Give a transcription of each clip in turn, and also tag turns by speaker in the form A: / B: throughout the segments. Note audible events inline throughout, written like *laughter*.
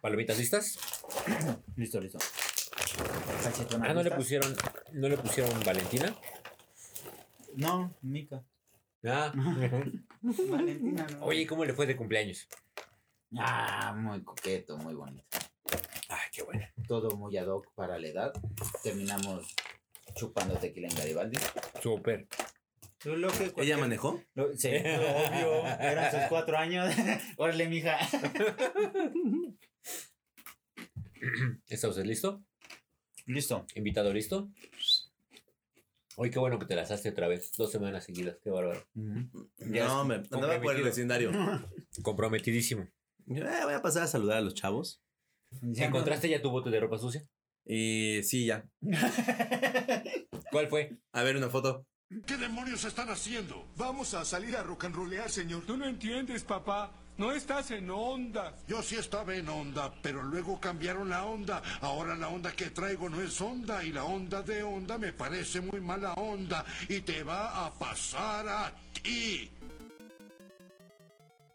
A: ¿Palomitas listas?
B: *clears throat* Listo, listo.
A: Ah, no le pusieron, no le pusieron Valentina.
B: No,
C: *laughs*
B: Mica.
A: Ah,
B: Valentina, no.
A: oye, ¿cómo le fue de cumpleaños?
C: Ah, muy coqueto, muy bonito.
A: Ah, qué bueno.
C: Todo muy ad hoc para la edad. Terminamos chupando tequila en Garibaldi.
A: Súper.
B: Lo que
D: ¿Ella manejó?
B: Lo- sí, obvio. Eran sus cuatro años. *laughs* Órale, mija.
A: ¿Está usted listo?
B: Listo.
A: ¿Invitado listo? Oye, qué bueno que te lazaste otra vez. Dos semanas seguidas, qué bárbaro. Ya
D: no,
A: es
D: me andaba por el
A: comprometido.
D: *laughs* vecindario.
A: Comprometidísimo.
D: Yo, eh, voy a pasar a saludar a los chavos.
B: Ya no-
A: ¿Encontraste ya tu bote de ropa sucia?
D: Y sí, ya.
A: ¿Cuál fue?
D: A ver una foto. *laughs*
E: ¿Qué demonios están haciendo?
F: Vamos a salir a rock and rollear, señor.
G: Tú no entiendes, papá. No estás en ondas.
E: Yo sí estaba en onda, pero luego cambiaron la onda. Ahora la onda que traigo no es onda y la onda de onda me parece muy mala onda y te va a pasar a ti.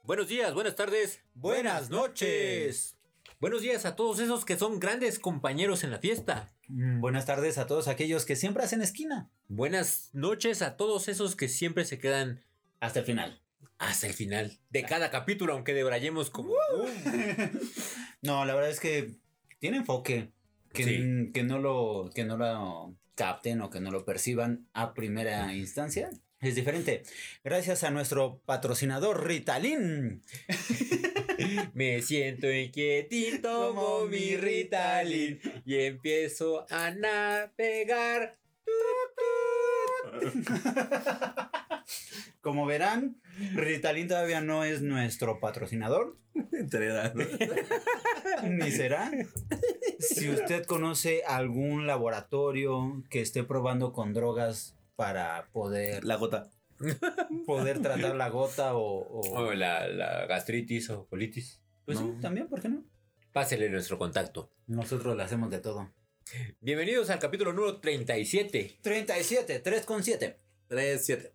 A: Buenos días, buenas tardes.
B: Buenas noches.
A: Buenos días a todos esos que son grandes compañeros en la fiesta.
B: Mm, Buenas tardes a todos aquellos que siempre hacen esquina.
A: Buenas noches a todos esos que siempre se quedan
C: Hasta el final.
A: hasta el final de cada capítulo, aunque debrayemos como...
B: *laughs* No, la verdad es que tiene enfoque. Que,
A: Sí.
B: que no lo, que no lo capten o que no lo perciban a primera instancia. Es diferente. Gracias a nuestro patrocinador Ritalin.
A: Me siento inquietín, tomo mi Ritalin y empiezo a navegar.
B: Como verán, Ritalin todavía no es nuestro patrocinador,
D: Entre edad, *laughs* ¿no?
B: ni será. Si usted conoce algún laboratorio que esté probando con drogas para poder,
D: La gota.
B: poder tratar la gota o... o-
A: O la, la gastritis o colitis.
B: Ah, pues sí,
D: no.
B: también, ¿por qué no?
A: Pásele nuestro contacto.
B: Nosotros le hacemos de todo.
A: Bienvenidos al capítulo número 37.
B: 37, 3 con 7.
D: 3, 7.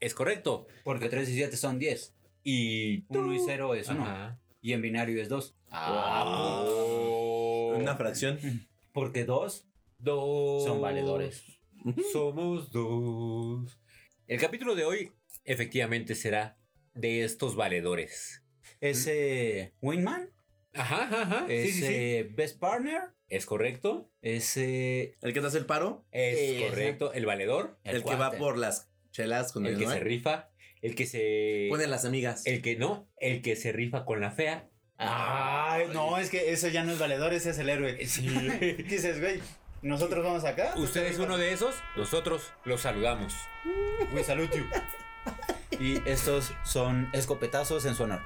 A: ¿Es correcto?
B: Porque 3 y 7 son 10.
A: Y...
B: 1 y 0 es 1.
A: Ajá.
B: Y en binario es 2.
D: Una fracción. *laughs*
B: Porque 2
A: Dos.
B: son valedores.
A: Somos dos. El capítulo de hoy efectivamente será de estos valedores.
B: Ese Winman,
A: Ajá, ajá, ajá.
B: ese
A: Sí, sí, sí.
B: Best Partner,
A: ¿Es correcto?
B: ese
D: El que te hace el paro,
A: Es
B: Ese.
A: correcto. El valedor.
D: el, que
B: cuate.
D: va por las chelas con
A: El
D: el,
A: que
D: ¿no?
A: se rifa. El que se...
D: Pone las amigas.
A: El que no. El que se rifa con la fea.
B: Ay, no, es que eso ya no es valedor, ese es el héroe. *laughs* ¿Qué dices, güey? Nosotros vamos acá.
A: Usted es uno de esos. Nosotros los saludamos.
B: We salute you. Y estos son escopetazos en su honor.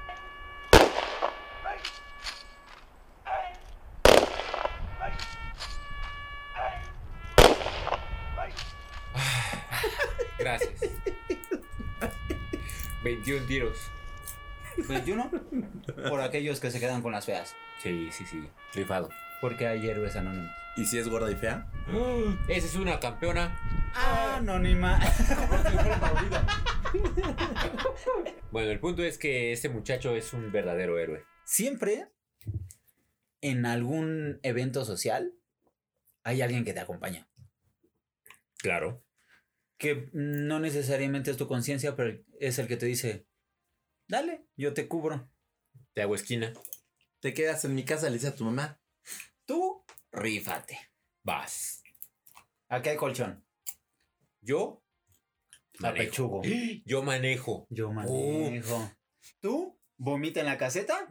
D: *laughs*
A: Gracias. 21 tiros.
B: 21 Pues por aquellos que se quedan con las feas.
A: Sí, sí, sí. Rifado.
B: Porque hay héroes anónimos.
D: ¿Y si es gorda y fea?
A: Esa es una campeona.
B: Ah. Anónima.
A: Bueno, el punto es que este muchacho es un verdadero héroe.
B: Siempre en algún evento social hay alguien que te acompaña.
A: Claro.
B: Que no necesariamente es tu conciencia, pero es el que te dice, dale, yo te cubro.
A: Te hago esquina.
D: Te quedas en mi casa, le dices a tu mamá.
B: Tú, rífate.
A: Vas.
B: Aquí hay colchón.
A: Yo manejo.
B: Apechugo.
A: Yo manejo.
B: Yo manejo. Tú, vomita en la *laughs* caseta.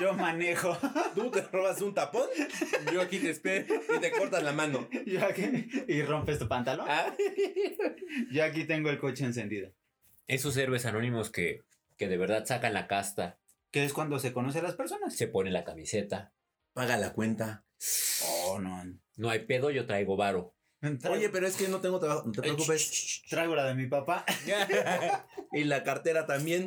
B: Yo manejo.
D: *laughs*
B: *laughs*
D: Tú te robas un tapón, yo aquí te espero y te cortas la mano.
B: Yo aquí- Y rompes tu pantalón.
A: Ah,
B: Yo aquí tengo el coche encendido.
A: Esos héroes anónimos que, que de verdad sacan la casta,
B: Que es cuando se conoce a las personas.
A: se ponen la camiseta.
D: Paga la cuenta.
B: Oh, no.
A: No hay pedo, yo traigo varo.
D: Oye, pero es que no tengo trabajo. No te preocupes.
B: traigo la de mi papá. *laughs*
D: Y la cartera también.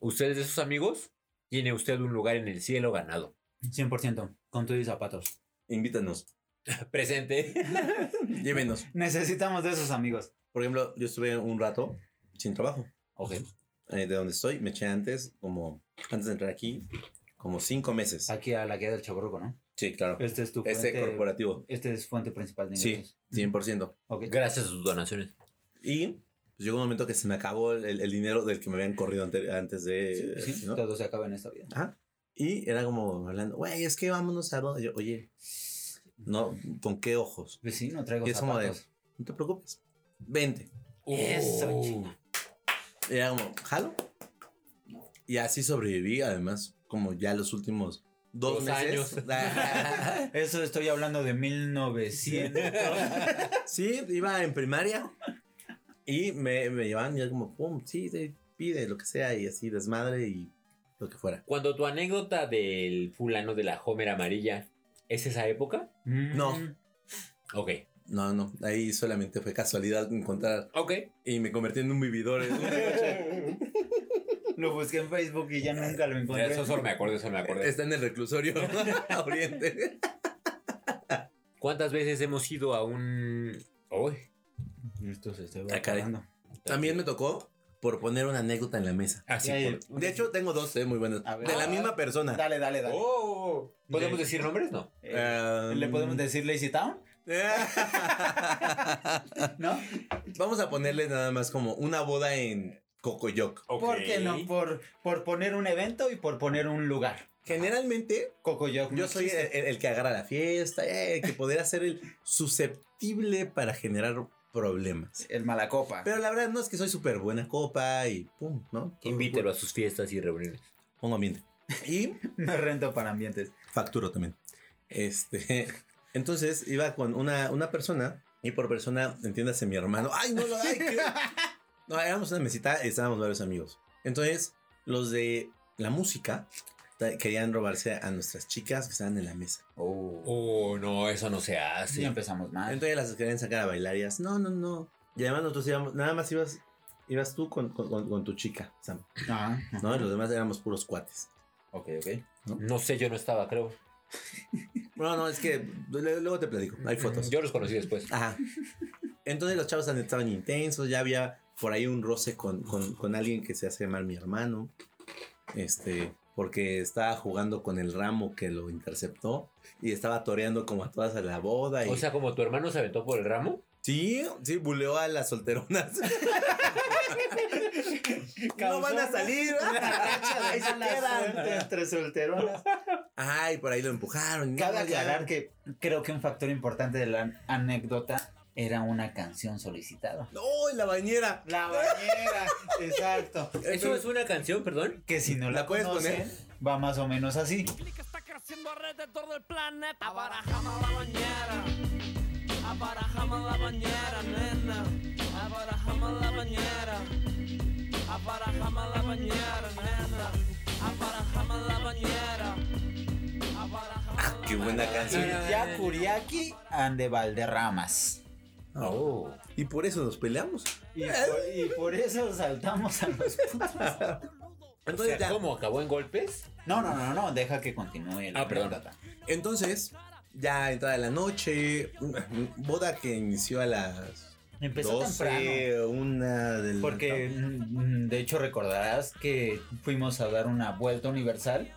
A: Usted es de esos amigos, tiene usted un lugar en el cielo ganado. *laughs*
B: 100%, con tus zapatos.
D: Invítanos.
A: Presente. *laughs*
D: Llévenos.
B: Necesitamos de esos amigos.
D: Por ejemplo, yo estuve un rato sin trabajo.
B: Ok.
D: eh, de donde estoy, me eché antes, como antes de entrar aquí, como cinco meses.
B: Aquí a la guía del chaburruco, ¿no?
D: Sí, claro.
B: Este es tu
D: Este
B: fuente-
D: corporativo.
B: Este es fuente principal de
D: Sí.
B: ingresos.
D: 100%.
B: Ok.
A: Gracias a sus donaciones.
D: Y pues, llegó un momento que se me acabó el, el dinero del que me habían corrido ante- antes de...
B: Sí, sí,
D: eh, ¿no?
B: todo se acaba en esta vida.
D: Ajá. Y era como hablando, güey, es que vámonos a dónde. Yo, oye, no, ¿con qué ojos?
B: Pues sí, no traigo
D: Y es como de-
B: zapatos.
D: No te preocupes. Vente.
A: Eso,
D: Y era como, jalo. Y así sobreviví, además, como ya los últimos
A: Dos
D: dos, meses. *laughs* Ah, años.
B: Eso estoy hablando de
D: *laughs*
B: 1900.
D: sí, iba en primaria. Y me, me llevaban ya como, pum, sí, te pide lo que sea. Y así, desmadre y lo que fuera.
A: Cuando tu anécdota del fulano de la Homer amarilla, ¿es esa época?
D: No.
A: Ok.
D: No, no, ahí solamente fue casualidad encontrar.
A: Ok.
D: Y me convertí en un vividor. en un-
B: Lo busqué en Facebook y ya nunca lo encontré.
A: Eso solo me acordé, solo me acordé.
D: Está en
B: *laughs*
D: el reclusorio *laughs* a oriente.
A: ¿Cuántas veces hemos ido a un... Uy,
B: Esto se está
D: Ah, caray.
B: evaporando.
D: También me tocó por poner una anécdota en la mesa.
A: así
B: Ya,
A: Ah, por-
D: De hecho, tengo dos eh, muy buenas.
B: A ver.
D: De la misma persona.
B: Dale, dale, dale.
A: Oh, ¿Podemos
B: Sí.
A: decir nombres? No.
B: Eh, ¿Le podemos
D: decir?
B: decir Lazy Town? ¿No?
D: *laughs* Vamos a ponerle nada más como una boda en Cocoyoc.
B: ¿Por qué no? Por, por poner un evento y por poner un lugar.
D: Generalmente,
B: Cocoyoc. no
D: yo soy el,
B: existe.
D: el que agarra la fiesta, eh, el que podría ser el susceptible para generar problemas.
B: el Malacopa. *laughs*
D: Pero la verdad no es que soy súper buena copa y pum, ¿no?
A: Invítelo a sus fiestas y reuniones.
D: Pongo ambiente. Y
B: No rento para ambientes.
D: Facturo también. Este. *laughs* Entonces iba con una, una persona, y por persona, entiéndase mi hermano. ¡Ay, no lo ay, qué- No, éramos una mesita, estábamos varios amigos. Entonces, los de la música ta- querían robarse a nuestras chicas que estaban en la mesa.
A: Oh, no, eso no se
B: Así
A: hace.
B: empezamos mal.
D: Entonces las querían sacar a bailar y ellas, no, no, no. Y además nosotros íbamos, nada más ibas, ibas tú con, con- con- con tu chica, Sam,
B: Ah,
D: ¿no? Y los demás éramos puros cuates.
B: ok, ok.
A: No sé, yo no estaba, creo.
D: Bueno, no, es que le- luego te platico, hay fotos.
A: Mm, Yo los conocí después.
D: Ajá. Entonces los chavos estaban intensos, ya había por ahí un roce con, con- con alguien que se hace llamar mi hermano. Este, porque estaba jugando con el ramo que lo interceptó y estaba toreando como a todas a la boda. Y...
A: O sea, como tu hermano se aventó por el ramo.
D: sí, sí, buleó a las solteronas. *laughs* no van a salir. *laughs*
B: Ahí se quedan entre solteronas.
D: Ay, por ahí lo empujaron.
B: Cabe
D: No, ya.
B: aclarar que creo que un factor importante de la anécdota era una canción solicitada.
D: No, en la bañera.
B: La bañera, exacto.
A: Eso es una canción, perdón.
B: Que si no la,
D: ¿La puedes
B: conocen, va más o menos así.
H: que está creciendo alrededor del planeta. Abarajama la bañera. Abarajama la bañera, nena. Abarajama la bañera. Abarajama la bañera, nena. Abarajama la bañera. Abarajama la
D: Qué buena canción.
B: Ya Curiaki and de Valderramas.
A: Oh.
D: Y por eso nos peleamos.
B: Y por, y por eso saltamos a los putos.
A: O
D: Entonces
A: sea,
D: ya.
A: ¿Cómo acabó en golpes?
B: No, no, no, no, deja que continúe. la
A: Ah, perdón.
B: anécdota.
D: Entonces, ya entrada la noche, boda que inició a las
B: Empezó temprano.
D: 12, una del
B: Porque mm, de hecho recordarás que fuimos a dar una vuelta universal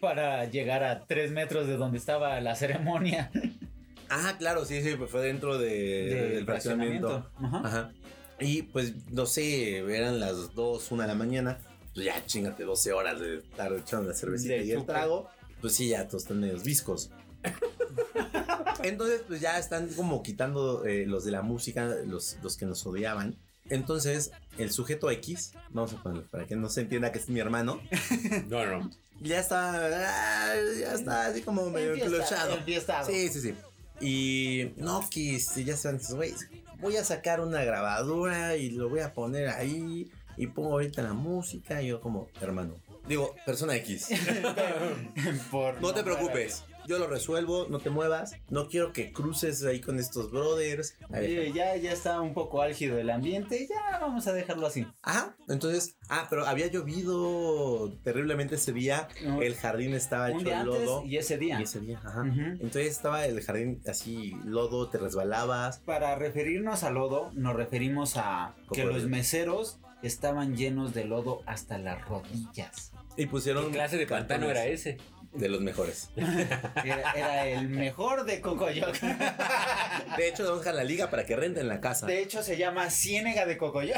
B: para llegar a tres metros de donde estaba la ceremonia
D: *laughs* Ah, claro, sí, sí, pues fue dentro de, del fraccionamiento.
B: Ajá.
D: Ajá. Y pues, no sé, eran las 2, 1 de la mañana. Pues ya, chingate 12 horas de estar echando la cervecita
B: De
D: y el
B: chupe.
D: trago. Pues sí, ya todos están medios viscos. Entonces, pues ya están como quitando eh, los de la música, los, los que nos odiaban. Entonces, el sujeto X, vamos a ponerlo para que no se entienda que es mi hermano,
A: No, no.
D: ya está, ah, ya está así como medio enclochado.
B: Enfiestado.
D: Sí, sí, sí. Y no, que si ya saben, dices, güey, voy a sacar una grabadora y lo voy a poner ahí y pongo ahorita la música. Y yo, como, hermano, digo, persona X,
B: *laughs* Por
D: no te
B: nombrar
D: preocupes. Yo lo resuelvo, no te muevas. No quiero que cruces ahí con estos brothers.
B: a-
D: A ver.
B: Oye, Ya, ya está un poco álgido el ambiente, ya vamos a dejarlo así.
D: Ajá, entonces, ah, pero había llovido terriblemente ese día.
B: No,
D: El jardín estaba
B: un
D: hecho
B: día
D: de
B: antes
D: lodo.
B: y ese día.
D: Y ese día, ajá.
B: Ujú.
D: Entonces estaba el jardín así, lodo, te resbalabas.
B: Para referirnos a lodo, nos referimos a que los meseros estaban llenos de lodo hasta las rodillas.
D: Y pusieron.
A: ¿Qué clase de pantano
D: cantones
A: era ese?
D: De los mejores.
B: Era, era
D: *laughs*
B: el mejor de Cocoyoc.
D: De hecho, vamos a dejar la liga para que renten la casa.
B: De hecho, se llama Ciénega de Cocoyoc.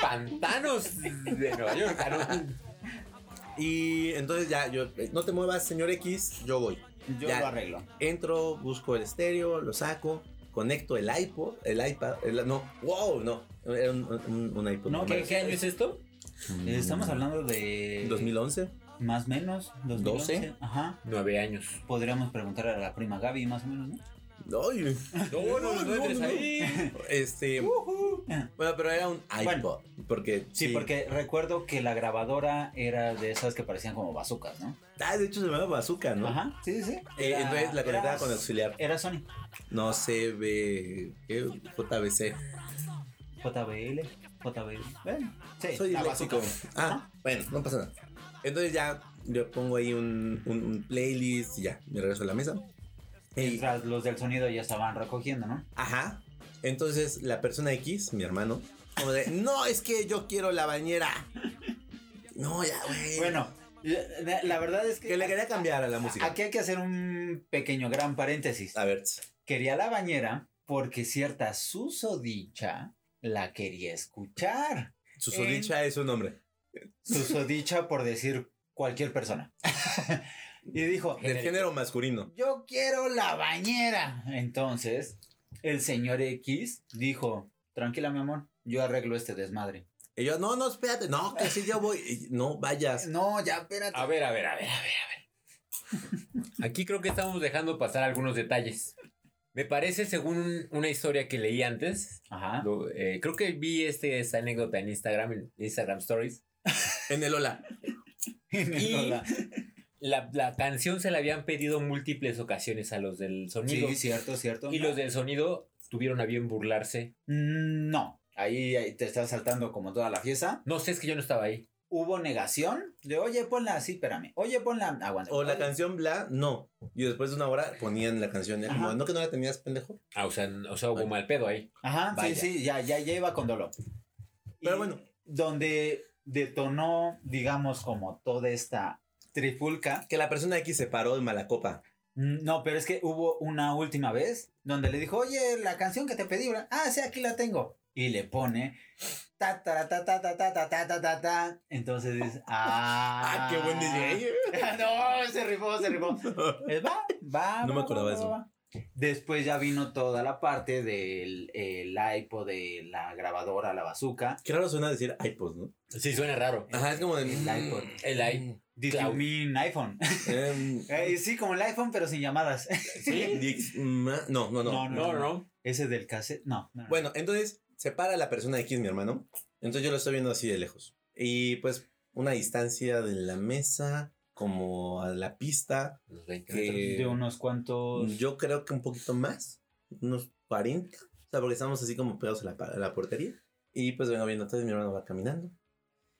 A: Pantanos de Nueva York, Ah, ¿no?
D: Y entonces ya, yo, eh, no te muevas, señor X, yo voy.
B: Yo
D: Ya.
B: lo arreglo.
D: Entro, busco el estéreo, lo saco, conecto el iPod, el iPad, el- no, wow, no, era un, un- un iPod.
B: No,
A: ¿Qué,
D: normal.
A: qué año es esto?
D: Mm.
B: Estamos hablando de.
D: 2011.
B: Más o menos. 2011. Ajá.
A: Nueve años.
B: Podríamos preguntar a la prima Gaby, más o menos, ¿no?
D: Ay,
A: No, no, no, no entres
D: no.
A: ahí.
D: *laughs* este, bueno, pero era un iPod, porque
B: Sí, porque recuerdo que la grabadora era de esas que parecían como bazucas, ¿no?
D: ah, de hecho se llamaba Bazooka, ¿no?
B: Ajá. Sí, sí, sí.
D: Eh,
B: Era-
D: entonces la conectaba
B: era-
D: con auxiliar.
B: Era Sony.
D: No se ve ¿qué? JBC.
B: JBL. JBL. Bueno, Eh, sí.
D: Soy
B: la
D: eléctrico.
B: bazooka.
D: Eh, Ah, bueno, no pasa nada. Entonces ya yo pongo ahí un, un- un playlist y ya, me regreso a la mesa. Y-
B: Mientras los del sonido ya estaban recogiendo, ¿no?
D: ajá. Entonces la persona X, mi hermano, como de, no, es que yo quiero la bañera. No, ya, güey.
B: Bueno, la, la verdad es que.
D: que le quería cambiar a la música.
B: Aquí hay que hacer un pequeño gran paréntesis.
D: A ver,
B: Quería la bañera porque cierta susodicha la quería escuchar.
D: susodicha es un nombre. *laughs*
B: Susodicha por decir cualquier persona. y dijo,
D: Del género masculino.
B: yo quiero la bañera. Entonces, el señor X dijo, tranquila mi amor, yo arreglo este desmadre.
D: Y yo, no, no, espérate, no, que sí yo voy. Y, no, vayas.
B: No, ya, espérate.
A: A ver, a ver, a ver, a ver, a ver. Aquí creo que estamos dejando pasar algunos detalles. Me parece, según una historia que leí antes,
B: *laughs* Ajá.
A: lo- eh, creo que vi este, esta anécdota en Instagram, en Instagram Stories,
D: En el hola.
A: y
B: Hola.
A: la, la canción se la habían pedido múltiples ocasiones a los del sonido.
B: Sí, cierto, cierto.
A: Y los del sonido tuvieron a bien burlarse.
B: Mm, No. Ahí, ahí te estás saltando como toda la fiesta.
A: No sé, es que yo no estaba ahí.
B: Hubo negación de, oye, ponla así, espérame. Oye, ponla, aguanta.
D: O la
B: Oye,
D: canción bla, no. Y después de una hora ponían la canción. Y era como,
B: Ajá.
D: ¿no que no la tenías, pendejo?
A: Ah, o sea, n- o sea hubo mal pedo ahí.
B: Ajá,
D: Vaya.
B: sí, sí, ya, ya, ya iba con dolor.
D: Pero bueno.
B: Donde detonó, digamos, como toda esta trifulca.
D: Que la persona X se paró de mala copa.
B: Mm, No, pero es que hubo una última vez donde le dijo, oye, la canción que te pedí, ¿verdad? ah, sí, aquí la tengo. Y le pone, ta, ta, ta, ta, ta, ta, ta, ta, ta, ta, ta. Entonces
D: *laughs*
B: dices, ah. *laughs* no, se rifó, se
D: *laughs*
B: rifó. Eh, Va, va.
D: No
B: va,
D: me acordaba
B: va,
D: de eso.
B: va, va. Después ya vino toda la parte del el iPod, de la grabadora, la bazooka.
D: Qué raro suena decir iPod, ¿no?
A: Sí, suena raro.
D: Ajá, es como de. mm,
B: El iPod.
A: El ahí.
B: Did you
A: Cloud.
B: mean *laughs* iPhone?
D: Em,
B: Eh, sí, como el iPhone, pero sin llamadas. *laughs*
D: Dix- ma- no, no, no,
A: No,
B: No,
A: no.
B: Ese del cassette, no. no, no.
D: Bueno, entonces se para la persona X, mi hermano. Entonces yo lo estoy viendo así de lejos. Y pues una distancia de la mesa como a la pista.
A: Los 20 metros.
D: que
B: de unos cuantos.
D: Yo creo que un poquito más, unos 40. O sea, porque estamos así como pegados a la, pa- a la portería. Y pues vengo viendo, entonces mi hermano va caminando.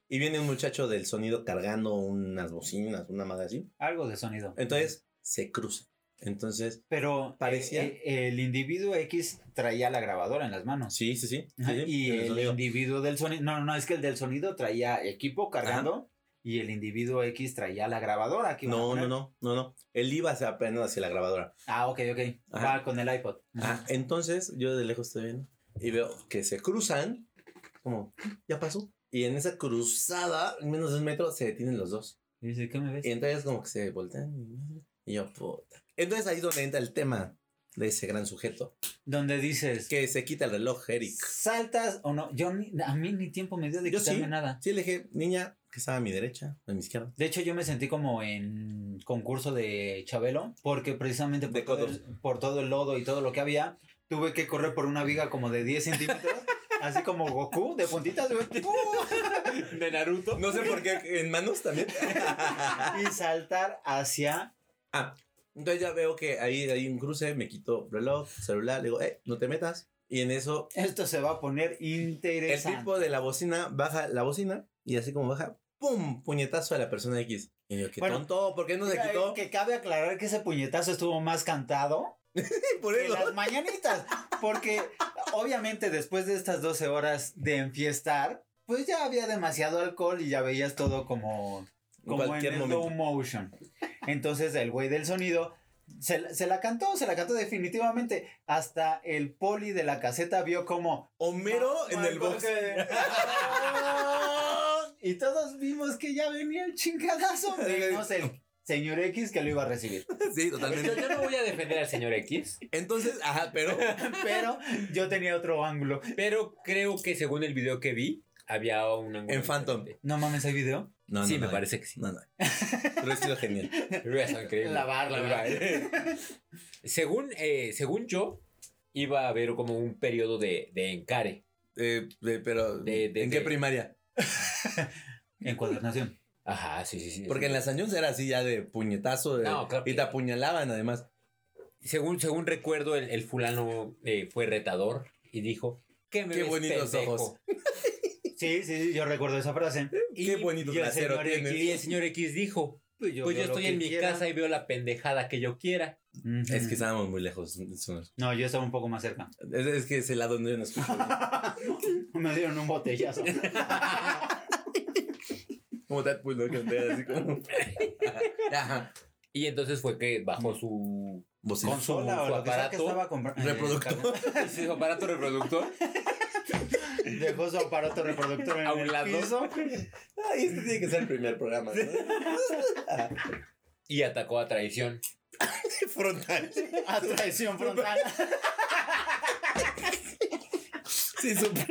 D: Y viene un muchacho del sonido cargando unas bocinas, una madre así.
B: Algo de sonido.
D: Entonces se cruza. Entonces,
B: Pero
D: Parecía-
B: eh, eh, el individuo X traía la grabadora en las manos.
D: sí, sí, sí. sí,
B: Ajá,
D: sí,
B: Ah, y
D: el
B: el
D: sonido.
B: individuo del sonido. No, no, no, es que el del sonido traía equipo cargando y el individuo X traía la grabadora. que iban a
D: No, no,
B: poner.
D: no, no, no. Él iba hacia- apenas hacia la grabadora.
B: Ah, ok, ok.
D: Ajá.
B: Va con el iPod.
D: Ah, entonces yo de lejos estoy viendo y veo que se cruzan, como, ya pasó. Y en esa cruzada, en menos de un metro, se detienen los dos.
B: Y dice, ¿qué me ves?
D: Y entonces como que se voltean y- y yo, puta. Entonces ahí es donde entra el tema de ese gran sujeto.
B: Donde dices,
D: Que se quita el reloj, Eric.
B: ¿saltas o no? Yo ni- a mí ni tiempo me dio de
D: Yo
B: quitarme
D: sí.
B: nada.
D: Sí, le dije, niña, que estaba a mi derecha, a mi izquierda.
B: De hecho, yo me sentí como en concurso de Chabelo, porque precisamente por,
D: De
B: todo
D: codos.
B: el, por todo el lodo y todo lo que había, tuve que correr por una viga como de 10 centímetros, así como Goku, de puntitas, güey,
D: *laughs*
A: De Naruto.
D: No sé por qué, en manos también. *laughs*
B: y saltar hacia...
D: Ah, entonces ya veo que ahí hay un cruce, me quito reloj, celular, le digo, eh, no te metas. Y en eso,
B: Esto se va a poner
D: el
B: interesante.
D: tipo de la bocina baja la bocina y así como baja, ¡pum! Puñetazo a la persona X. Y yo, qué
B: Bueno,
D: tonto, ¿por qué no se
B: Mira,
D: quitó?
B: Que cabe aclarar que ese puñetazo estuvo más cantado
D: Por
B: que
D: eso.
B: las mañanitas, porque obviamente después de estas 12 horas de enfiestar, pues ya había demasiado alcohol y ya veías todo como, como
D: Cualquier
B: en el
D: momento.
B: slow motion. Entonces el güey del sonido se, la- se la cantó, se la cantó definitivamente. Hasta el poli de la caseta vio como...
D: Homero en el box.
B: Porque- *laughs* y todos vimos que ya venía el *laughs* chingadazo. Menos el señor X que lo iba a *laughs* recibir.
D: Sí,
A: Yo,
D: totalmente.
A: yo no voy a defender al señor X,
D: Entonces, ajá,
A: *laughs*
D: pero
B: Pero yo tenía otro ángulo.
A: pero creo que según el video que vi, había un ángulo
D: En Phantom.
A: diferente.
B: No mames, ¿hay video?
D: No,
A: sí,
D: no,
A: me
D: no,
A: parece que sí. *laughs*
D: No, no. Pero ha sido genial.
A: Pero
B: *laughs*
A: hubiera estado increíble.
B: Lavar, lavar. *laughs*
A: según, eh, según yo, iba a haber como un periodo de, de encare.
D: Eh, de- pero,
A: De- de-
D: ¿en qué
A: de-
D: primaria?
B: Encuadernación.
A: Ajá, sí, sí, sí.
D: Porque en las años era así ya de puñetazo de-
A: No, claro
D: y
A: que-
D: te apuñalaban además.
A: Según, según recuerdo, el, el fulano eh, fue retador y dijo, ¿qué me
D: Qué
A: ves,
D: bonitos
A: pendejo?".
D: ojos.
B: Sí, sí, sí, yo recuerdo esa frase.
D: Qué bonito
B: y el
D: trasero
B: señor
D: tienes.
A: Y el señor X dijo,
B: Pues
A: pues yo
B: veo lo
A: estoy
B: que
A: en mi
B: quiera.
A: casa y veo la pendejada que yo quiera.
B: Ujú.
D: Es que estábamos muy lejos. Es,
B: No, yo estaba un poco más cerca.
D: es que ese lado no yo
A: *laughs*
D: no escucho.
B: Me dieron un *laughs* botellazo.
D: como Deadpool, ¿no? Que te así
A: *laughs*
D: como... Ajá.
A: Y entonces fue que
B: Mm.
A: bajó su,
D: Vocifera.
B: Consola o
A: Su
B: lo que sea
A: aparato
B: que estaba comprando.
A: *laughs*
D: Reproductor.
A: su aparato reproductor.
B: Dejó su aparato reproductor en
A: A un
B: el
A: lado.
B: piso.
D: Ay, este tiene que ser el primer programa, ¿no?
A: Y atacó a traición.
D: *laughs* Frontal.
B: A traición frontal.
D: Sí, súper.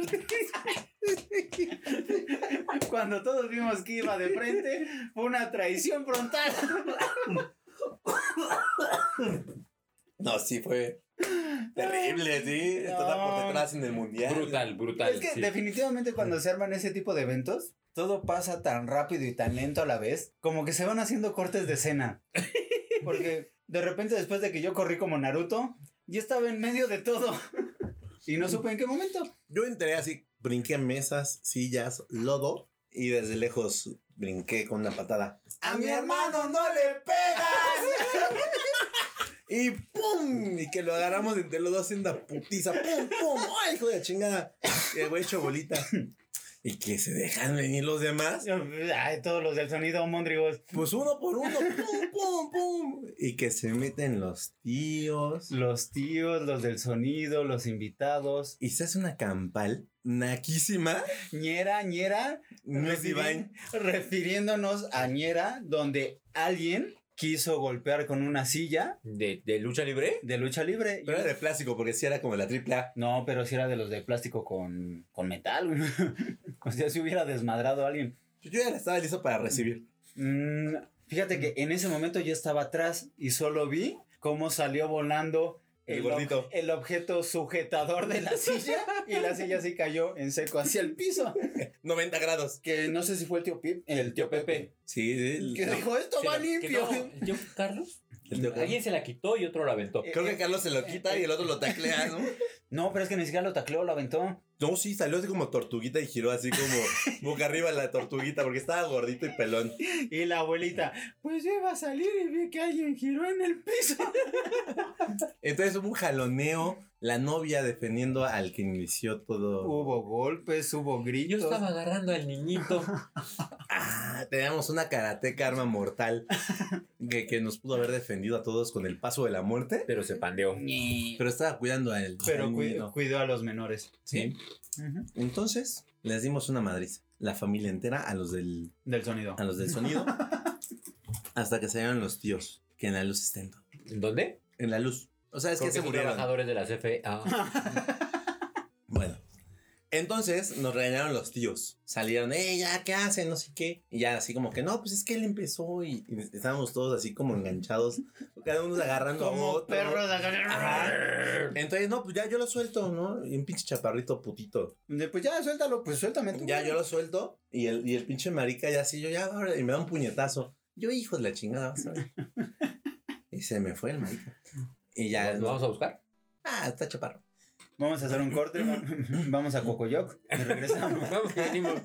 B: Cuando todos vimos que iba de frente, fue una traición frontal.
D: No, sí, fue terrible, sí. Toda por detrás en el mundial.
A: Brutal, brutal.
B: Es que
A: sí.
B: definitivamente cuando se arman ese tipo de eventos, todo pasa tan rápido y tan lento a la vez, como que se van haciendo cortes de escena. Porque de repente después de que yo corrí como Naruto, yo estaba en medio de todo. Y no supe en qué momento.
D: Yo entré así, brinqué mesas, sillas, lodo y desde lejos brinqué con una patada. ¡A mi hermano no le pegas! *laughs* y ¡pum! Y que lo agarramos entre los dos en la putiza. ¡Pum, pum! ¡Ay, hijo de chingada! Y el güey hecho bolita. Y que se dejan venir los demás.
B: Ay, todos los del sonido mondrigos.
D: Pues uno por uno. ¡Pum, pum, pum! Y que se meten los tíos.
B: Los tíos, los del sonido, los invitados.
D: Y se hace una campal naquísima.
B: Ñera, ñera.
D: No es
B: Refiri-
D: divine.
B: Refiriéndonos a ñera, donde alguien quiso golpear con una silla
A: ¿De, de lucha libre?
B: de lucha libre.
D: Pero era de plástico, porque sí era como la triple A.
B: No, pero si era de los de plástico con, con metal, güey. *laughs* o sea, si hubiera desmadrado a alguien.
D: Yo ya estaba listo para recibir.
B: Mm, fíjate que en ese momento yo estaba atrás y solo vi cómo salió volando
D: El gordito.
B: ob- el objeto sujetador de la *laughs* silla y la silla así cayó en seco hacia el piso.
D: 90 grados.
B: Que no sé si fue el tío Pip, el tío Pepe,
D: Sí, el,
B: que dijo, esto
A: Se
B: va
A: la- que
B: limpio.
A: no, yo, Carlos.
D: *laughs* el tío Carlos. Eh,
A: Alguien se la quitó y otro la aventó.
D: Creo que Carlos se lo quita y el otro lo taclea, ¿no?
B: No, pero es que ni siquiera lo tacleó, lo aventó.
D: No, sí, salió así como tortuguita y giró así como boca arriba la tortuguita porque estaba gordito y pelón.
B: Y la abuelita, pues yo iba a salir y vi que alguien giró en el piso.
D: Entonces hubo un jaloneo, la novia defendiendo al que inició todo.
B: Hubo golpes, hubo
A: Yo
B: grillos.
A: estaba agarrando al
D: *laughs*
A: niñito.
D: Ah, teníamos una karateca arma mortal que, que nos pudo haber defendido a todos con el paso de la muerte,
A: Pero se pandeó.
D: pero estaba cuidando a él.
B: Pero cui- cuidó a los menores.
D: Sí. Entonces, les dimos una madriz. La familia entera a los del,
B: Del sonido.
D: a los
B: *laughs*
D: del sonido. hasta que salieron los tíos, que en la luz estén. todos.
A: ¿En dónde?
D: En la luz. O sea, es
A: Creo
D: que se
A: son
D: murieron.
A: trabajadores de la CFE. Ah,
D: Bueno. Entonces nos regañaron los tíos. Salieron, eh, ya, ¿qué hacen? No sé qué. Y ya, así como que, no, pues es que él empezó y, y estábamos todos así como enganchados. Cada uno agarrando a
B: Como
D: otro.
B: perros
D: Ajá.
B: acá.
D: Entonces, no, pues ya yo lo suelto, ¿no? Y un pinche chaparrito putito.
B: De, Pues ya, suéltalo, pues suéltame tú.
D: Ya yo lo suelto y el, y el pinche marica ya así, yo ya, ahora, y me da un puñetazo. Yo, hijo de la chingada, vas
B: *laughs*
D: a ver. Y se me fue el marica. Y *laughs* ya,
A: ¿Nos vamos
D: no,
A: a
D: *laughs*
A: buscar?
D: ah, está chaparro.
B: Vamos a hacer un corte, va- *laughs* vamos a Cocoyoc y regresamos.
A: Vamos, venimos.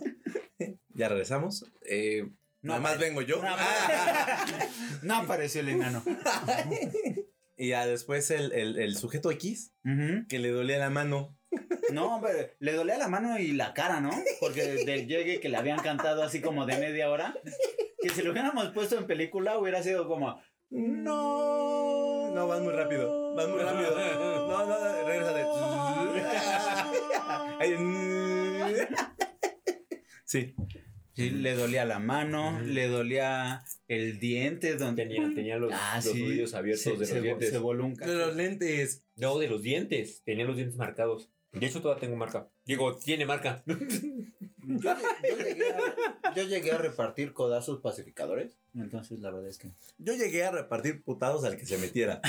D: Ya regresamos. Eh,
B: No
D: nada más
B: apare-
D: vengo yo. Ah.
B: no apare- No apareció *laughs* el
D: *laughs*
B: enano.
D: y ya después el, el- el sujeto X,
B: Ujú.
D: que le dolía la mano.
B: No, hombre, le dolía la mano y la cara, ¿no? Porque desde el llegue que le habían cantado así como de media hora, que si lo hubiéramos puesto en película hubiera sido como, no.
D: No, van muy rápido. Van muy rápido. No, no, no,
B: *laughs*
D: regrésate. mm. Sí.
B: Sí, le dolía la mano, le dolía el diente donde
A: Tenía, tenía los,
B: Ah,
A: los
B: sí.
A: nudillos abiertos
B: se,
A: de los
B: se vo-
A: dientes.
B: se voló un
D: De
B: cacho.
D: los lentes.
A: No, de los dientes. Tenía los dientes marcados. De hecho, todavía tengo marca. Digo, tiene marca. *laughs*
B: Yo, yo llegué a, yo llegué a repartir codazos pacificadores, entonces la verdad es que...
D: Yo llegué a repartir putados al que
B: *laughs*
D: se metiera.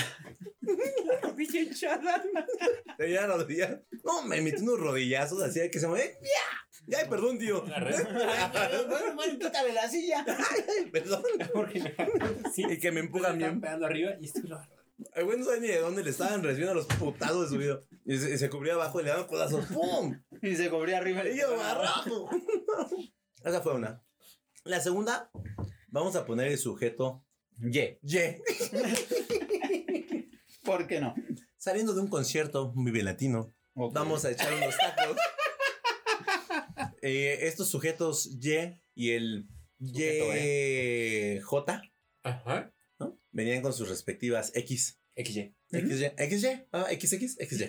D: Tenía la rodilla. No, me metí unos rodillazos así al que se me. ¡Eh, ¡Ya! ¡Ya, perdón, tío! *laughs*
B: Bueno, bueno, quítale la silla.
D: Perdón. *laughs* Y que me empujan bien.
A: pegando arriba y estoy
D: El güey no sabe ni de dónde le estaban recibiendo los putados de su vida. Y se, y se cubría abajo y le daban codazos. ¡Pum!
B: Y se cubría arriba.
D: Y yo abajo. *laughs* Esa fue una. La segunda, vamos a poner el sujeto
B: Ye,
D: Ye,
B: ¿por qué no?
D: saliendo de un concierto muy bien latino. Vamos a echar unos tacos. *laughs* Eh, estos sujetos Y y el
A: Sujeto,
D: YJ,
A: Ajá.
D: ¿no? Venían con sus respectivas X.
A: XY.
D: XY, XY, ah, XX, XY.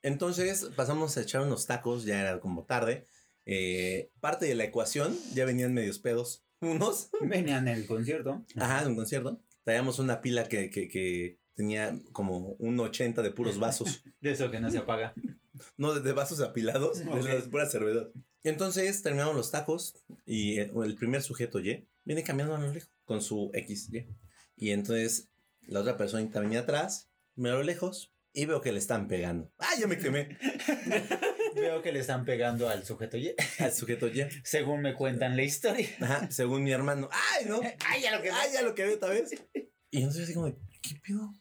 D: Entonces pasamos a echar unos tacos, ya era como tarde. Eh, parte de la ecuación, ya venían medios pedos. Unos,
B: Venían del concierto.
D: ajá, de un concierto. Traíamos una pila que, que- que tenía como un 80 de puros vasos.
B: De eso que no se apaga.
D: No, de, de
B: *laughs*
D: vasos apilados, de las puras cervezas. Entonces terminamos los tacos y eh, el, el primer sujeto, Y, viene caminando a lo lejos con su XY. Y entonces la otra personita venía atrás, me lo lejos y veo que le están pegando. ¡Ah, ya
B: *laughs*
D: me quemé!
B: Veo que le están pegando al sujeto Y,
D: Al sujeto Y.
B: según me cuentan la historia. *laughs*
D: Ajá, según mi hermano. ¡Ay, no!
B: Ay, ya lo que
D: ¡Ay, ya lo quemé otra vez! Y entonces así como, de, ¿qué pedo?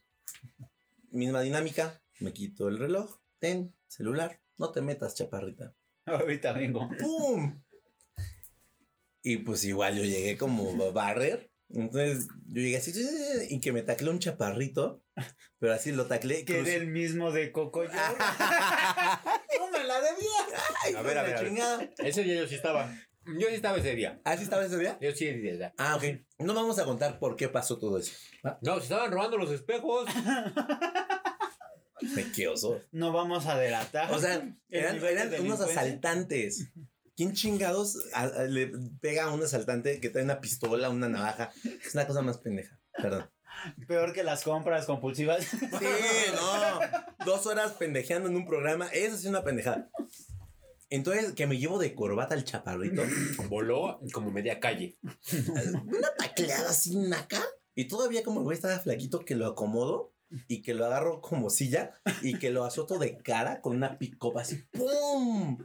D: Misma dinámica, me quito el reloj, ten, celular, no te metas, chaparrita.
B: Ahorita vengo.
D: ¡Pum! Y pues igual yo llegué como a barrer. Entonces yo llegué así y que me tacleó un chaparrito, pero así lo tacleé.
B: Que
D: cruz-
B: era el mismo de Coco Yo. No me la debía.
D: Ay,
A: *laughs* A ver, a
D: la
A: ver, a ver.
D: chingada.
A: Ese día yo sí estaba. Yo sí estaba ese día.
D: ¿Así estaba ese día?
A: Yo sí de verdad.
D: Ah, ok. No vamos a contar por qué pasó todo eso.
A: No, se estaban robando los
D: *laughs*
A: espejos.
D: Ay, Qué oso.
B: No vamos a delatar.
D: O sea, eran,
B: nivel de
D: eran unos
B: delincuencia.
D: asaltantes. ¿Quién chingados a- a- le pega a un asaltante que trae una pistola, una navaja? Es una cosa más pendeja. Perdón.
B: peor que las compras compulsivas. *laughs*
D: Sí, no. Dos horas pendejeando en un programa. Eso sí es una pendejada. Entonces, que me llevo de corbata al chaparrito.
A: Voló como media calle.
D: Una tacleada sin acá. Y todavía como el güey estaba flaquito que lo acomodo y que lo agarro como silla y que lo azoto de cara con una picopa así. ¡Pum!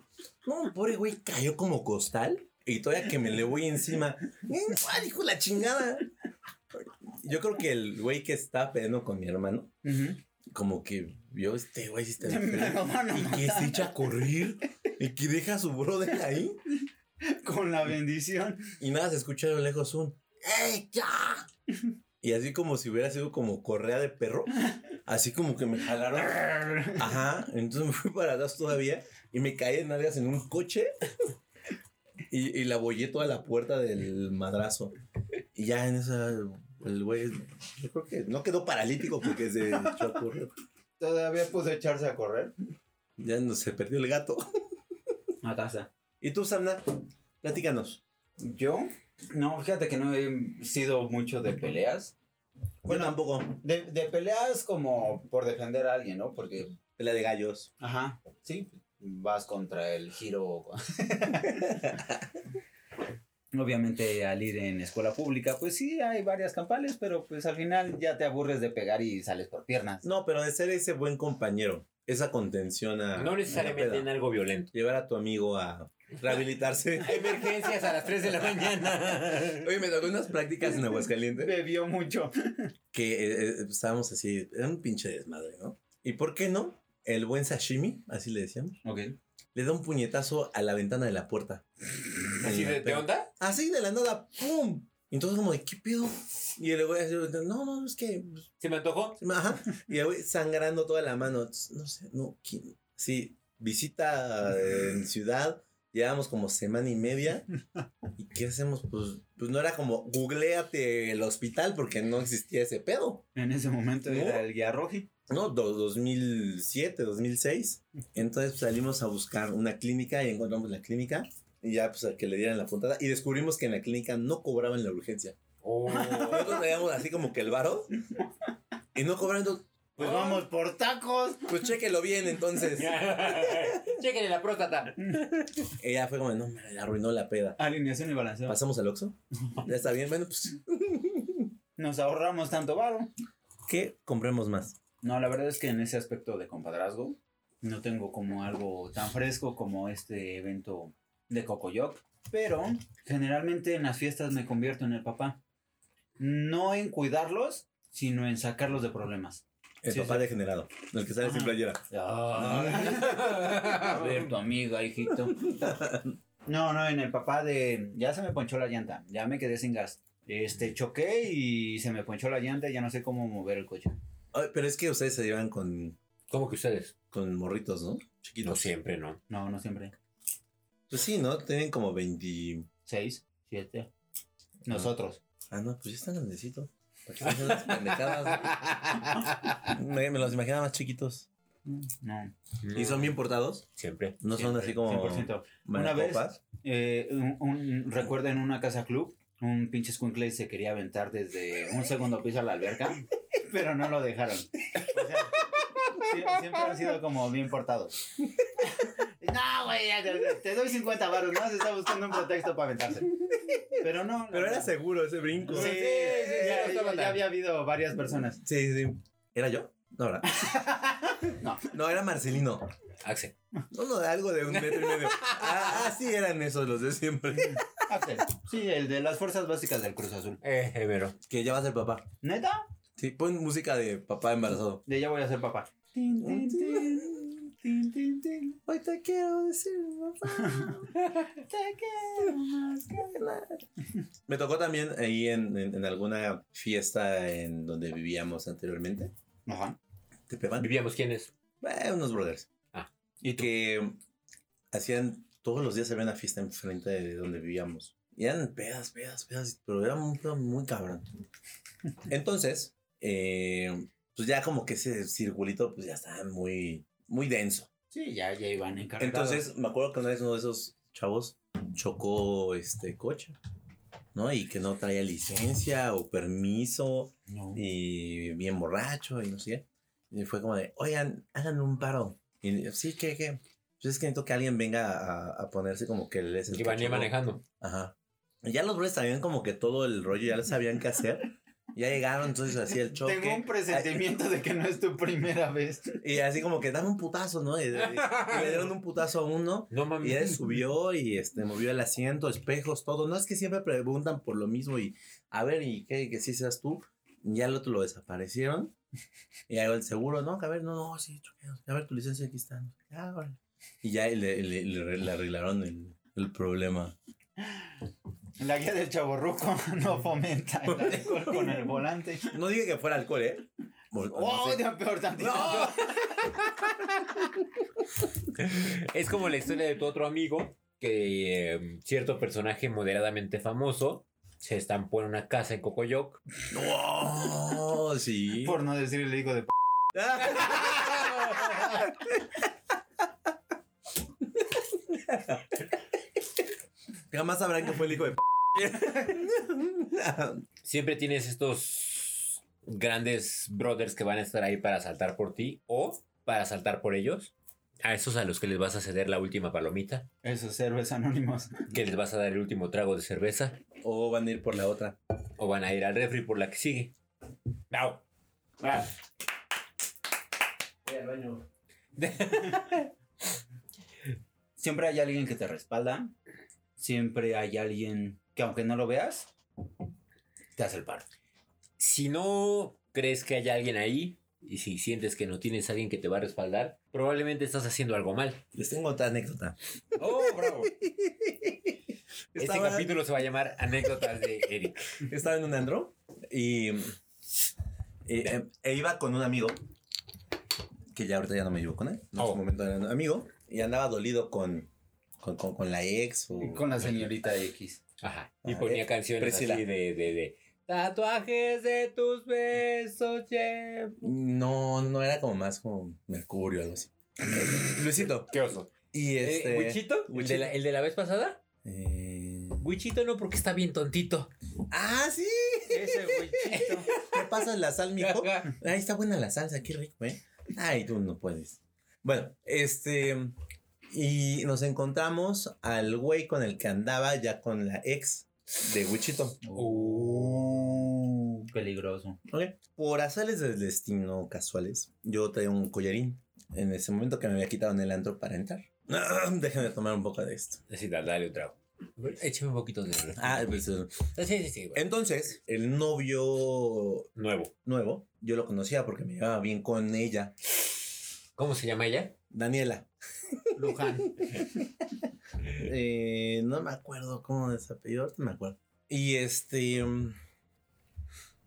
D: No, pobre güey cayó como costal y todavía que me le voy encima. "Eh, ¡Ay, hijo de la chingada! Yo creo que el güey que estaba peleando con mi hermano como que vio este
B: *laughs*
D: güey sí está bien feo, y que se echa a correr y que deja a su brother ahí
B: Con la bendición.
D: y nada se escucha a lo lejos un ¡Ey, ya! Y así como si hubiera sido como correa de perro, así como que me jalaron. Ajá, entonces me fui para atrás todavía y me caí de nalgas en un coche y, y la bollé toda la puerta del madrazo. Y ya en esa, el güey, yo creo que no quedó paralítico porque se echó a correr.
B: Todavía pudo echarse a correr.
D: Ya no se perdió el gato.
B: A casa.
D: ¿Y tú, Samna? Platícanos.
B: ¿Yo? No, fíjate que no he sido mucho de peleas.
D: Bueno,
B: Bueno,
D: tampoco.
B: De, de peleas como por defender a alguien, ¿no? Porque
D: La de gallos.
B: Ajá, sí. Vas contra el giro. *laughs* Obviamente al ir en escuela pública, pues sí, hay varias campales, pero pues al final ya te aburres de pegar y sales por piernas.
D: No, pero de ser ese buen compañero, esa contención a.
A: No necesariamente
D: a
A: en
D: la Ah, peda.
A: algo violento.
D: Llevar a tu amigo a rehabilitarse.
A: Emergencias a las 3 de la mañana.
D: *laughs* Oye, me tocó unas prácticas en Aguascalientes
B: Bebió mucho.
D: que eh, eh, estábamos así, era un pinche desmadre, ¿no? ¿Y por qué no? El buen sashimi, así le decíamos,
B: Ok.
D: le da un puñetazo a la ventana de la puerta. *laughs*
A: ¿Así de, de onda?
D: Así de la nada, ¡pum! Y entonces como de, ¿qué pedo? Y el güey así, no, no, es que pues,
A: ¿Se me antojó?
D: Ajá. Y el güey sangrando toda la mano. No sé, no, ¿quién? Sí, visita eh, en ciudad. Llevamos como semana y media. ¿Y qué hacemos? Pues, pues no era como googleate el hospital porque no existía ese pedo.
B: En ese momento
D: ¿No?
B: era el guía Roji.
D: No, Do- 2007, 2006. Entonces pues, salimos a buscar una clínica y encontramos la clínica. Y ya, pues, a que le dieran la puntada. Y descubrimos que en la clínica no cobraban la urgencia.
A: *laughs*
D: Nosotros veíamos así como que el varo. Y no cobraban. entonces,
B: Pues vamos por tacos.
D: Pues, chéquelo bien, entonces.
A: Chéquenle la próstata.
D: Y ya fue como, no, me arruinó la peda.
B: Alineación y balanceo.
D: ¿Pasamos al *laughs* Oxxo? Ya está bien. Bueno, pues,
B: Nos ahorramos tanto varo.
D: ¿qué compremos más?
B: No, la verdad es que en ese aspecto de compadrazgo no tengo como algo tan fresco como este evento de Cocoyoc, pero generalmente en las fiestas me convierto en el papá. No en cuidarlos, sino en sacarlos de problemas.
D: El
B: Sí,
D: papá
B: sí.
D: degenerado. El que sale
B: Ajá.
D: sin playera.
B: *laughs* A ver, tu amiga, hijito. No, no, en el papá de. Ya se me ponchó la llanta, ya me quedé sin gas. Este, choqué y se me ponchó la llanta y ya no sé cómo mover el coche.
D: Ay, pero es que ustedes se llevan con,
A: *laughs* ¿Cómo que ustedes?
D: con morritos, ¿no? Chiquitos.
A: No siempre, ¿no?
B: No, no siempre.
D: Pues sí, ¿no? Tienen como 20.
B: Seis, siete. Nosotros.
D: Ah, no, pues ya están grandecitos. ¿Para qué hacen las pendejadas? *laughs* me, me los imaginaba más chiquitos.
B: No.
D: ¿Y son bien portados?
A: Siempre.
D: No son
B: siempre,
D: así como.
B: 100%. Una
D: Una
B: vez-
D: vez.
B: Eh, un, un- recuerda en una casa club, un pinche escuincle se quería aventar desde un segundo piso a la
D: *laughs*
B: alberca, pero no lo dejaron. O sea, sie- siempre han sido como bien
D: *laughs*
B: portados. No, güey, ya te- te doy 50 baros, ¿no? Se está buscando un pretexto para aventarse. Pero no. la
D: Pero era
B: verdad.
D: seguro ese brinco.
B: Sí, sí, sí, ya, ya- ya había habido varias personas.
D: Sí, sí. ¿Era yo? No, ¿verdad?
B: No.
D: *laughs* No, era Marcelino.
A: Axel.
D: No, no, algo de un metro y medio. Ah, ah, sí, eran esos los de siempre. Ah,
B: Axel, Sí, el de las fuerzas básicas del Cruz Azul.
A: Eh, Evero.
D: Que ya va a ser papá.
B: ¿Neta?
D: Sí, pon música de papá embarazado.
B: De ya voy a ser papá.
D: Hoy te quiero decir, papá. Me tocó también ahí en, en- en alguna fiesta en donde vivíamos anteriormente.
B: Ajá.
D: Tepepan.
A: Vivíamos quiénes.
D: Eh, unos brothers.
A: Ah.
D: Ah. Y que hacían, todos los días había una fiesta enfrente de donde vivíamos. Y eran pedas, pedas, pedas, pero era muy, era muy cabrón. Entonces, eh, pues ya como que ese circulito, pues ya estaba muy, muy denso.
B: Sí, ya, ya iban encargados.
D: Entonces, me acuerdo que una vez uno de esos chavos chocó este coche, ¿no? Y que no traía licencia o permiso
B: No.
D: y bien borracho y no sé qué. Y fue como de, oigan, hagan un paro. Y yo, sí, ¿qué, qué? Pues es que necesito que alguien venga a, a ponerse como que les...
A: Que venía manejando.
D: Ajá. Y ya los brothers sabían como que todo el rollo, ya lo sabían qué hacer. Ya llegaron, entonces así el choque.
B: Tengo un presentimiento de que no es tu primera vez.
D: Y así como que dame un putazo, ¿no? Y, y le dieron un putazo a uno.
A: No
D: Y
B: *laughs*
D: él
A: mames.
D: subió y este, movió el asiento, espejos, todo. No es que siempre preguntan por lo mismo y a ver, y qué, que sí seas tú. Y ya el otro lo desaparecieron. Y ahí va el seguro, no, que a ver, no, no, sí, choqué, a ver, tu licencia aquí está. Ah, órale. Y ya le, le- le- le arreglaron el, el problema.
B: La guía del chaborruco *laughs* no fomenta el alcohol con el volante.
D: No dije que fuera alcohol, ¿eh? Vol- *laughs* no
B: ¡Oh,
D: sé.
B: ya peor tantito!
A: Es como la historia de tu otro amigo, que eh, cierto personaje moderadamente famoso se estampó en una casa en Cocoyoc.
D: No, sí.
B: *laughs* Por no decir el hijo de p.
D: *laughs* Jamás sabrán que fue el hijo de p
A: Siempre tienes estos grandes brothers que van a estar ahí para saltar por ti o para saltar por ellos. A esos a los que les vas a ceder la última palomita,
B: Esos héroes anónimos.
A: que les vas a dar el último trago de cerveza
D: O van a ir por la otra.
A: o van a ir al refri por la que sigue. ¡Au! Ah.
B: Siempre hay alguien que te respalda. Siempre hay alguien que, aunque no lo veas, te hace el paro.
A: si no crees que hay alguien ahí y si sientes que no tienes alguien que te va a respaldar, probablemente estás haciendo algo mal.
D: Les tengo otra anécdota.
A: Oh, bravo. Este
D: Estaba-
A: capítulo se va a llamar Anécdotas de Eric.
D: Estaba en un andro y, eh, y, eh, e iba con un amigo que ya ahorita ya no me llevo con él. En
A: Oh.
D: su momento era un amigo. y andaba dolido con, con, con- con la ex o
B: Con la señorita X.
A: Ajá. Y
D: Ah,
A: ponía
D: eh,
A: canciones
D: Priscila.
A: así de, de, de tatuajes de tus besos, yeah.
D: No, no era como más como Mercurio o
A: *laughs*
D: algo así. Luisito.
A: ¿Qué oso? Eh,
D: Y
B: Eh,
D: este.
A: ¿Wichito? ¿El, de la, el de la vez pasada?
D: eh,
A: Wichito no, porque está bien tontito.
D: ah, sí.
B: Ese güeychito.
D: ¿Me pasas la sal,
A: *laughs*
D: mijo? Ahí está buena la salsa, qué rico, ¿eh? Ay, tú no puedes. Bueno, este. Y nos encontramos al güey con el que andaba ya con la ex de Wichito.
B: Uh,
A: Uh.
B: Peligroso.
D: ¿ok? Por azares del destino casuales, yo traía un collarín en ese momento que me había quitado en el antro para entrar. *clears throat* Déjenme tomar un poco de esto.
A: Así, dale, dale un trago. Échame un poquito de...
D: Ah, pues, eh,
A: Sí, sí, sí. güey.
D: entonces, el novio
A: Nuevo.
D: nuevo, yo lo conocía porque me llevaba bien con ella,
A: ¿Cómo se llama ella?
D: Daniela.
A: *laughs*
B: Luján.
D: Eh, no me acuerdo cómo desapellidó, no me acuerdo. Y este. mm,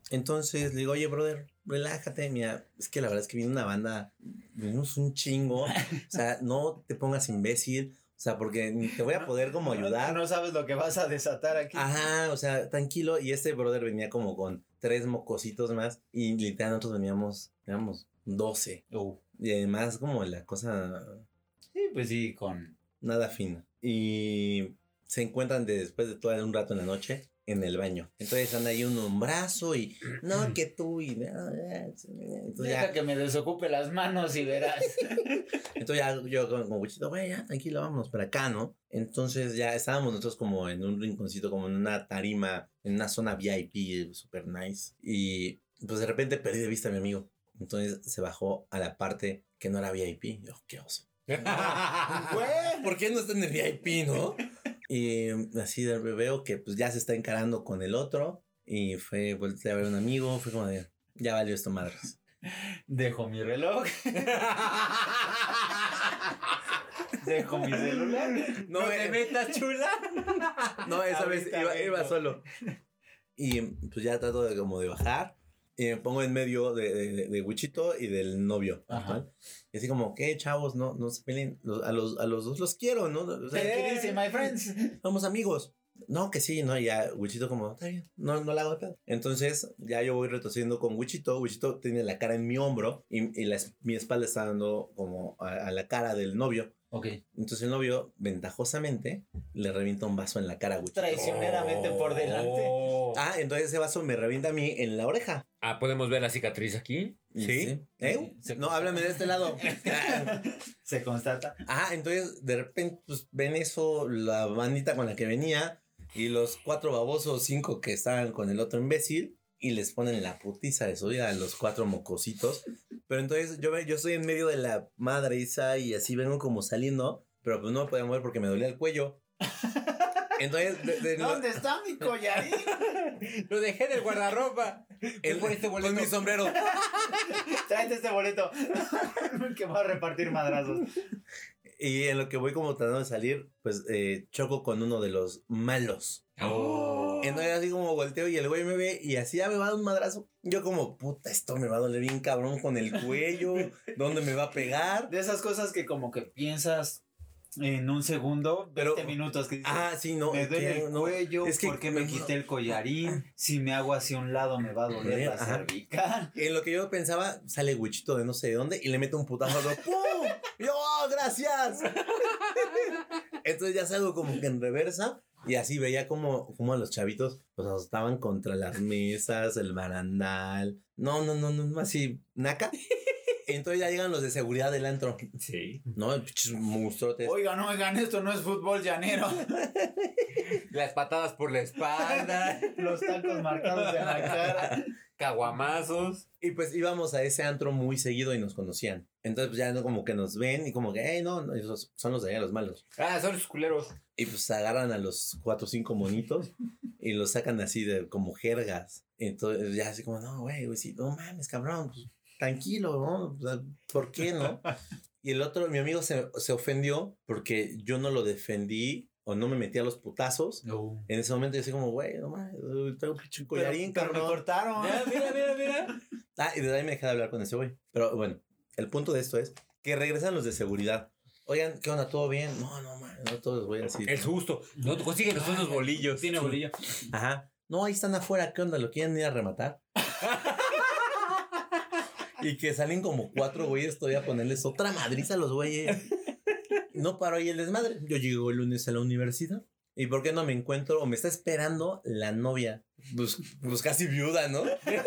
D: Entonces le digo, oye, brother, relájate. Mira, es que la verdad es que viene una banda, venimos un chingo. O
I: *laughs*
D: sea, no te pongas imbécil. O sea, porque ni te voy a poder como ayudar. Ah.
I: No sabes lo que vas a desatar aquí.
D: Ajá, o sea, tranquilo. Y este brother venía como con tres mocositos más. Y literal, nosotros veníamos, veníamos 12.
B: Uh.
D: Y además, como la cosa
B: Sí, pues sí, con.
D: nada fina. Y se encuentran de- después de todo un rato en la noche en el baño. Entonces anda ahí un hombrazo y no, que tú y entonces
A: *laughs*
B: Deja
D: ya,
B: que me desocupe las manos y verás.
D: entonces ya yo con, con Wichito, güey, ya tranquilo, vámonos para acá, ¿no? Entonces ya estábamos nosotros como en un rinconcito, como en una tarima, en una zona VIP, super nice. Y pues de repente perdí de vista a mi amigo. Entonces se bajó a la parte que no era VIP. Yo, qué oso. Ah. Güey, ¿por qué no está en el VIP, no? Y mm, así de- veo que pues ya se está encarando con el otro y fue, volteé a ver a un amigo, fue como de, ya valió esto madres.
B: Dejo mi
D: *laughs*
B: reloj. Dejo mi celular.
D: No, eh,
A: metas,
B: *laughs*
A: chula?
D: no, esa vez
B: ahorita
D: iba,
B: vengo.
D: iba solo. Y pues ya trato de como de bajar y me pongo en medio de, de, de- de Wichito y del novio.
B: Ajá.
D: ¿no? Y así como, ¿qué chavos? No, no se peleen, Los- a, los, a los dos los quiero, ¿no? O sea,
B: ¿Qué dice, my friends?
D: Vamos amigos. No, que sí, no, ya Wichito como, está bien, no, no la hago de pedo. Entonces ya yo voy retrocediendo con Wichito, Wichito tiene la cara en mi hombro y, y la es- mi espalda está dando como a, a la cara del novio.
B: Ok.
D: Entonces el novio, ventajosamente, le revienta un vaso en la cara a Wichito.
B: Traicioneramente por delante.
A: Oh.
D: Ah, entonces ese vaso me revienta a mí en la oreja.
A: Ah, ¿podemos ver la cicatriz aquí?
D: ¿Eh?
B: Sí.
D: No, háblame de
B: *laughs*
D: este lado.
B: Se constata.
D: Ajá, entonces de repente pues, ven eso, la bandita con la que venía y los cuatro babosos, cinco que estaban con el otro imbécil y les ponen la putiza de su vida a los cuatro mocositos. Pero entonces yo, ve- yo estoy en medio de la madriza y así vengo como saliendo, pero pues no me podía mover porque me dolía el cuello. Entonces, de- de-
B: ¿Dónde está mi collarín?
A: Lo dejé en el
D: *laughs*
A: guardarropa.
D: el-
A: por este
D: con mi sombrero.
B: *laughs* Tráete este boleto. *laughs* que va a repartir madrazos.
D: Y en lo que voy como tratando de salir, pues eh, choco con uno de los malos.
A: Oh.
D: Entonces así como volteo y el güey me ve y así ya me va a dar un madrazo. Yo como, puta, esto me va a doler bien cabrón con el cuello, ¿dónde me va a pegar?
B: De esas cosas que como que piensas en un segundo, 20
D: Pero-
B: minutos que dices,
D: Ah, sí, no.
B: me
D: que
B: duele el
D: no,
B: cuello,
D: es que-
B: porque me quité el collarín, si me hago hacia un lado me va a doler la
D: Ajá.
B: cervical.
D: En lo que yo pensaba, sale Wichito de no sé de dónde y le meto un putazo. Lo, ¡Pum! Yo, "Oh, gracias. *laughs* Entonces ya salgo como que en reversa y así veía como, como a los chavitos los asustaban contra las mesas, el barandal. No, no, no, no, así, naca. Entonces ya llegan los de seguridad del antro.
A: Sí.
D: No, pinches monstruotes.
B: Oigan, oigan, esto no es fútbol llanero.
A: Las patadas por la espalda, *laughs*
B: Los tacos marcados en la cara.
A: caguamazos.
D: Y pues íbamos a ese antro muy seguido y nos conocían. Entonces pues ya no, como que nos ven y como que, hey, no, no, esos son los de allá, los malos.
A: Ah, son los culeros.
D: Y pues agarran a los cuatro o cinco monitos y los sacan así de como jergas. Entonces ya así como, no, güey, güey, sí, no mames, cabrón, pues, tranquilo, ¿no? O sea, ¿Por qué
B: *laughs*
D: no? Y el otro, mi amigo se, se ofendió porque yo no lo defendí o no me metí a los putazos.
B: No.
D: En ese momento yo así como, güey, no mames, tengo un pinche
B: Pero,
D: collarín,
B: pero me
D: cabrón.
B: cortaron.
A: mira, mira, mira.
D: Ah, y desde ahí me dejé de hablar con ese güey. Pero bueno, el punto de esto es que regresan los de seguridad. Oigan, ¿qué onda? ¿Todo bien? No, no, man, no todos, güey, así.
A: El susto. No, consiguen los unos bolillos.
B: Tiene bolillo.
D: Ajá. No, ahí están afuera, ¿qué onda? ¿Lo quieren ir a rematar? y que salen como cuatro güeyes todavía a ponerles otra madriza a los güeyes. No paro ahí el desmadre. Yo llego el lunes a la universidad. ¿Y por qué no me encuentro? O me está esperando la novia. Pues, pues casi viuda, ¿no?
I: ¿Qué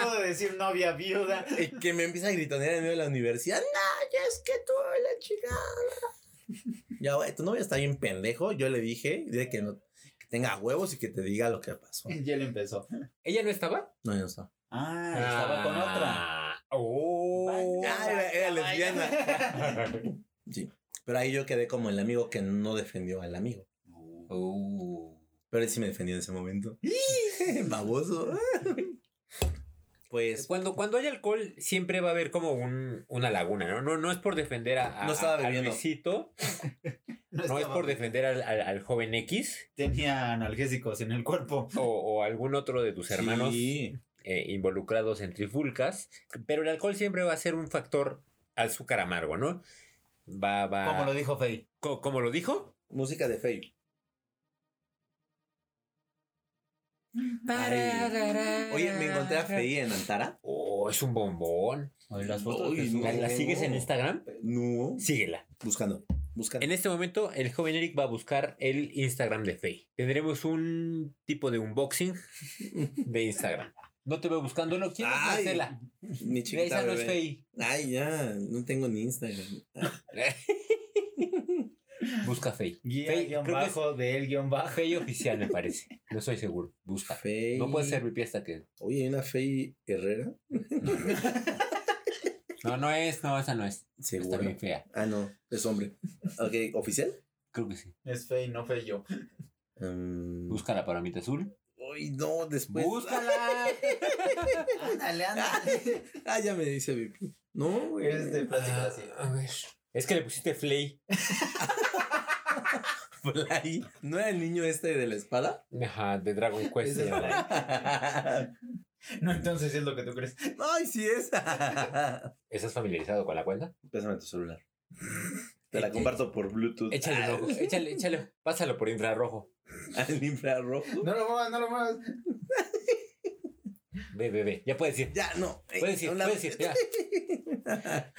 I: puedo decir novia viuda?
D: Y que me empieza a gritonear en medio de la universidad. No, ya es que tú, la chingada. ya, güey, tu novia está bien pendejo. Yo le dije, dile que no que tenga huevos y que te diga lo que pasó.
I: Ya le empezó.
A: ¿Ella no estaba?
D: No, ya no está.
I: Ah, estaba con otra.
A: Oh.
D: Ah, era, era
I: vaya.
D: lesbiana. sí. Pero ahí yo quedé como el amigo que no defendió al amigo.
A: Oh.
D: Pero él sí me defendió en ese momento. Baboso. pues
A: Cuando, cuando hay alcohol, siempre va a haber como un, una laguna, ¿no? No, no es por defender a, a,
D: No estaba
A: a- a
D: bebiendo.
A: Luisito, no, es
I: estaba-
A: por defender al, al- al joven X
I: Tenía analgésicos en el cuerpo.
A: o, o algún otro de tus hermanos
D: Sí.
A: eh, involucrados en trifulcas, pero el alcohol siempre va a ser un factor azúcar amargo, ¿no? Va, va.
I: Como lo dijo Faye.
A: Co- ¿Cómo lo dijo?
D: Música de Fey. Oye, me encontré a Fey en Antara.
A: Oh, es un bombón.
I: Oye, las fotos que
D: Uy,
I: sube.
A: ¿La, la sigues en Instagram?
D: No.
A: Síguela.
D: Buscando. Buscando.
A: En este momento, el joven Eric va a buscar el Instagram de Faye. Tendremos un tipo de unboxing de Instagram. No te veo buscándolo. ¿Quién es
D: Ay,
A: Marcela?
D: *laughs* Mi chiquita
A: Esa no es
D: bebé.
A: Faye.
D: Ay, ya. No tengo ni Instagram.
A: *laughs* Busca Faye.
I: Guía
A: Faye,
I: guión
A: creo que es-
I: bajo de él guión bajo.
A: Faye oficial, me parece. No estoy seguro. Busca.
D: Fey.
A: Ah, No puede ser pie hasta que.
D: Oye, ¿hay una Fey Herrera?
A: No, no es, no, esa no es. Está
D: Seguro.
A: bien fea.
D: Ah, no. Es hombre. Ok, ¿oficial?
A: Creo que sí.
I: Es Faye, no Faye yo.
D: Mm.
A: Busca la palomita azul.
D: Uy, no, después.
A: ¡Búscala!
I: Ándale, ándale.
D: *laughs* Ah, ya me dice Vipi. No, güey.
I: Eres de plástico así.
A: A ver. Es que le pusiste Flay.
D: Fly. ¿No era el niño este de la espada?
A: Ajá, de Dragon Quest.
I: Ese es
A: ya.
I: Fly. *laughs* No, entonces sí es lo que tú crees.
D: *laughs* Ay, sí es.
A: ¿Estás familiarizado con la cuenta?
D: Pásame tu celular. Te la comparto por Bluetooth.
A: Eh, Échale un ojo, échale, échale. Pásalo por infrarrojo.
D: *laughs* Al infrarrojo.
I: No lo muevas, no lo muevas.
A: Ve, ve, ve. Ya puedes ir.
D: Ya, no. eh,
A: Puedes ir,
D: una-
A: puedes ir. Ya.
D: *laughs*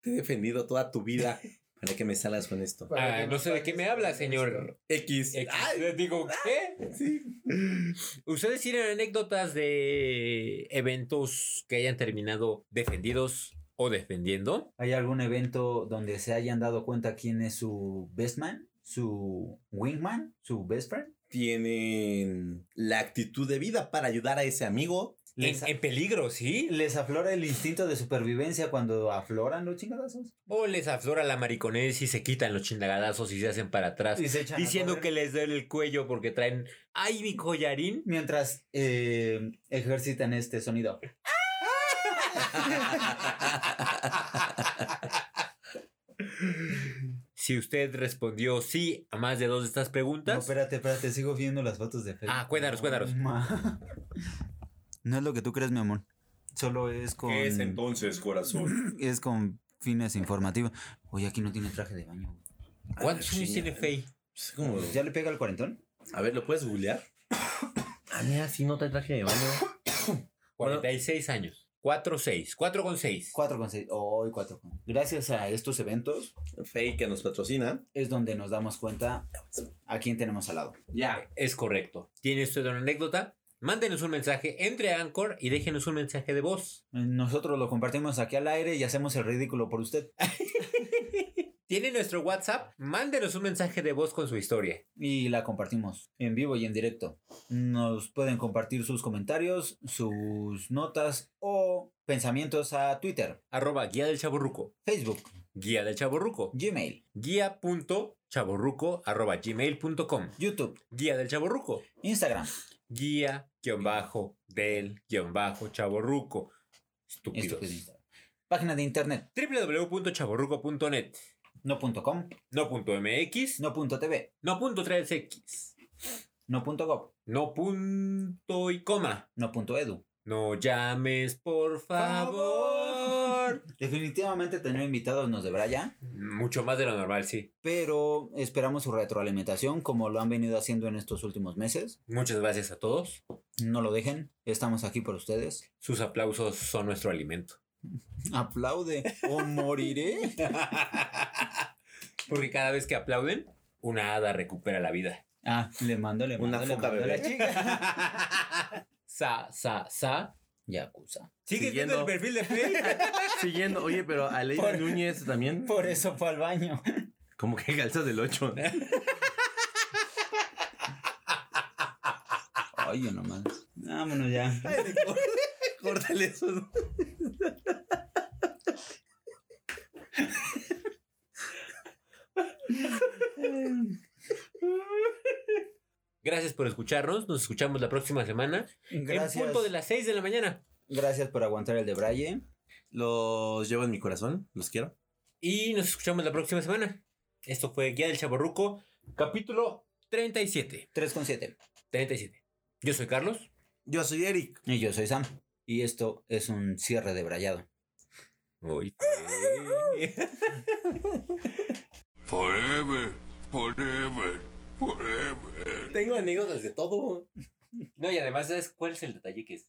D: Te he defendido toda tu vida para que me salas con esto.
A: Ah, no sé de qué me habla, señor.
D: X.
A: X.
D: Ay,
A: Les digo, ¿qué? Ustedes tienen anécdotas de eventos que hayan terminado defendidos o defendiendo.
B: ¿Hay algún evento donde se hayan dado cuenta quién es su best man? ¿Su wingman? ¿Su best friend?
D: Tienen la actitud de vida para ayudar a ese amigo.
A: En,
B: Les,
A: en peligro, ¿sí?
B: les aflora el instinto de supervivencia cuando afloran los chingadazos.
A: O les aflora la mariconés y se quitan los chingadazos y se hacen para atrás.
B: Y se echan a
A: Diciendo
B: correr.
A: que les duele el cuello porque traen. ¡Ay, mi collarín!
B: Mientras eh, ejercitan este sonido.
A: Si usted respondió sí a más de dos de estas
B: No,
A: preguntas,
B: espérate, espérate, sigo viendo las fotos de Facebook.
A: Ah, cuéntanos, cuéntanos.
B: Ma- *laughs* No es lo que tú crees, mi amor. Solo es con.
D: entonces, corazón?
B: es con fines informativos. Oye, aquí no tiene traje de baño. güey.
D: Ah,
A: ¿cuántos años tiene Faye?
D: Es como.
B: ¿Ya le pega el cuarentón?
D: Pues, A ver, ¿lo puedes googlear? Ah, mira, si no te traje de baño.
A: 46 años. 4, 6. 4 con 6.
B: 4 con 6. Hoy 4 con. Gracias a estos eventos
D: Fey que nos patrocina.
B: es donde nos damos cuenta a quién tenemos al lado.
D: Ya.
A: Es correcto. ¿Tiene usted una anécdota? Mándenos un mensaje. Entre a Anchor y déjenos un mensaje de voz.
B: Nosotros lo compartimos aquí al aire y hacemos el ridículo por usted.
A: ¿Tiene nuestro WhatsApp? Mándenos un mensaje de voz con su historia.
B: Y la compartimos en vivo y en directo. Nos pueden compartir sus comentarios, sus notas o pensamientos a Twitter,
A: Arroba guía del chaborruco.
B: Facebook,
A: Guía del chaborruco.
B: Gmail,
A: Guía.chaborruco arroba gmail.com.
B: YouTube,
A: Guía del chaborruco.
B: Instagram.
A: guía guión bajo del guión bajo chaborruco
B: Esto
A: estúpidos
B: que es Instagram. Página de internet,
A: www.chaborruco.net
B: no punto com,
A: no punto mx
B: no punto tv,
A: no punto 3x
B: no punto gov,
A: no punto y coma
B: no punto edu.
A: no llames por favor
B: Señor, definitivamente tener invitados nos deberá ya,
A: Mucho más de lo normal, sí.
B: pero esperamos su retroalimentación como lo han venido haciendo en estos últimos meses.
A: Muchas gracias a todos.
B: No lo dejen, estamos aquí por ustedes.
A: Sus aplausos son nuestro alimento.
B: Aplaude o moriré.
A: Porque cada vez que aplauden, una hada recupera la vida.
B: Ah, le mando, le mando,
D: Una
B: le
D: foca
B: mando a la
D: bebé.
B: *laughs* chica.
A: Sa, sa, sa.
B: Yakuza.
A: ¿Sigues viendo
D: Siguiendo.
A: el perfil de Facebook?
D: Siguiendo, oye, pero a Lady
B: Por-
D: Núñez también.
B: Por eso fue al baño.
D: Como que calzas del *laughs* 8.
B: Ay, yo nomás. Vámonos ya.
D: Córtale eso.
A: Gracias por escucharnos. Nos escuchamos la próxima semana.
B: Gracias.
A: En punto de las 6 de la mañana.
B: Gracias por aguantar el de Braille.
D: Los llevo en mi corazón, los quiero.
A: Y nos escuchamos la próxima semana. Esto fue Guía del Chaborruco, capítulo 37.
B: 3,7.
A: 37. Yo soy Carlos.
D: Yo soy Eric.
B: Y yo soy Sam. Y esto es un cierre de brayado.
E: Forever, forever, forever.
D: Tengo anécdotas de todo.
A: No, y además, ¿sabes cuál es el detalle que es?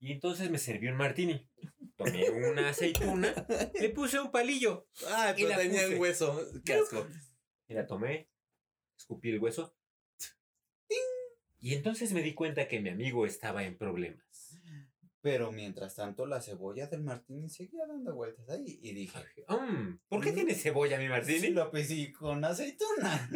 A: Y entonces me sirvió un martini. Tomé una aceituna, le puse un palillo
D: Ay,
A: Y la
D: pero Ah, tenía
A: puse.
D: un hueso. Qué asco.
A: y la tomé, escupí el hueso. Y entonces me di cuenta que mi amigo estaba en problemas.
B: Pero mientras tanto, la cebolla del Martín seguía dando vueltas ahí. Y dije,
D: Mm.
A: Mm, ¿Por qué tiene cebolla mi martini?
B: lo pesí con aceituna.